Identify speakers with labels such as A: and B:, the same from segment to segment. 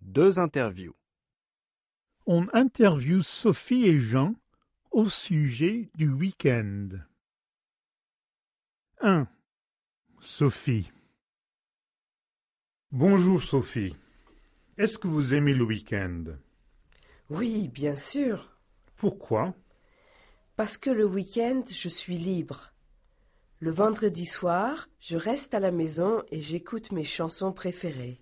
A: Deux interviews.
B: On interviewe Sophie et Jean au sujet du week-end. 1. Sophie. Bonjour Sophie. Est-ce que vous aimez le week-end
C: Oui, bien sûr,
B: Pourquoi
C: parce que le week-end, je suis libre. Le vendredi soir, je reste à la maison et j'écoute mes chansons préférées.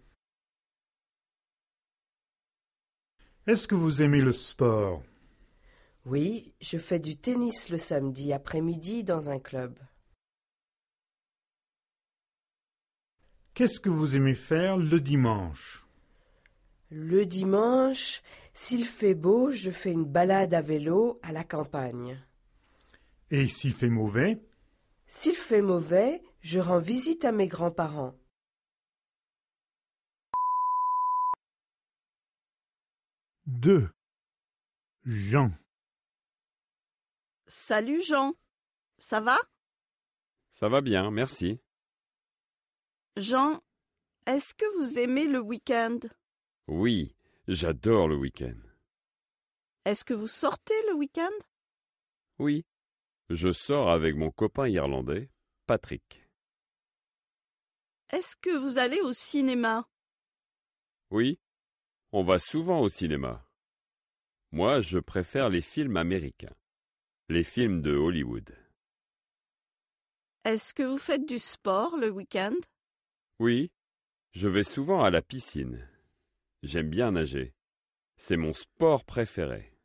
B: Est-ce que vous aimez le sport
C: Oui, je fais du tennis le samedi après-midi dans un club.
B: Qu'est-ce que vous aimez faire le dimanche
C: Le dimanche, s'il fait beau, je fais une balade à vélo à la campagne.
B: Et s'il fait mauvais
C: S'il fait mauvais, je rends visite à mes grands-parents.
B: Deux. Jean.
D: Salut Jean. Ça va
E: Ça va bien, merci.
D: Jean, est-ce que vous aimez le week-end
E: Oui, j'adore le week-end.
D: Est-ce que vous sortez le week-end
E: Oui, je sors avec mon copain irlandais, Patrick.
D: Est-ce que vous allez au cinéma
E: Oui, on va souvent au cinéma. Moi, je préfère les films américains, les films de Hollywood.
D: Est-ce que vous faites du sport le week-end
E: Oui, je vais souvent à la piscine. J'aime bien nager. C'est mon sport préféré.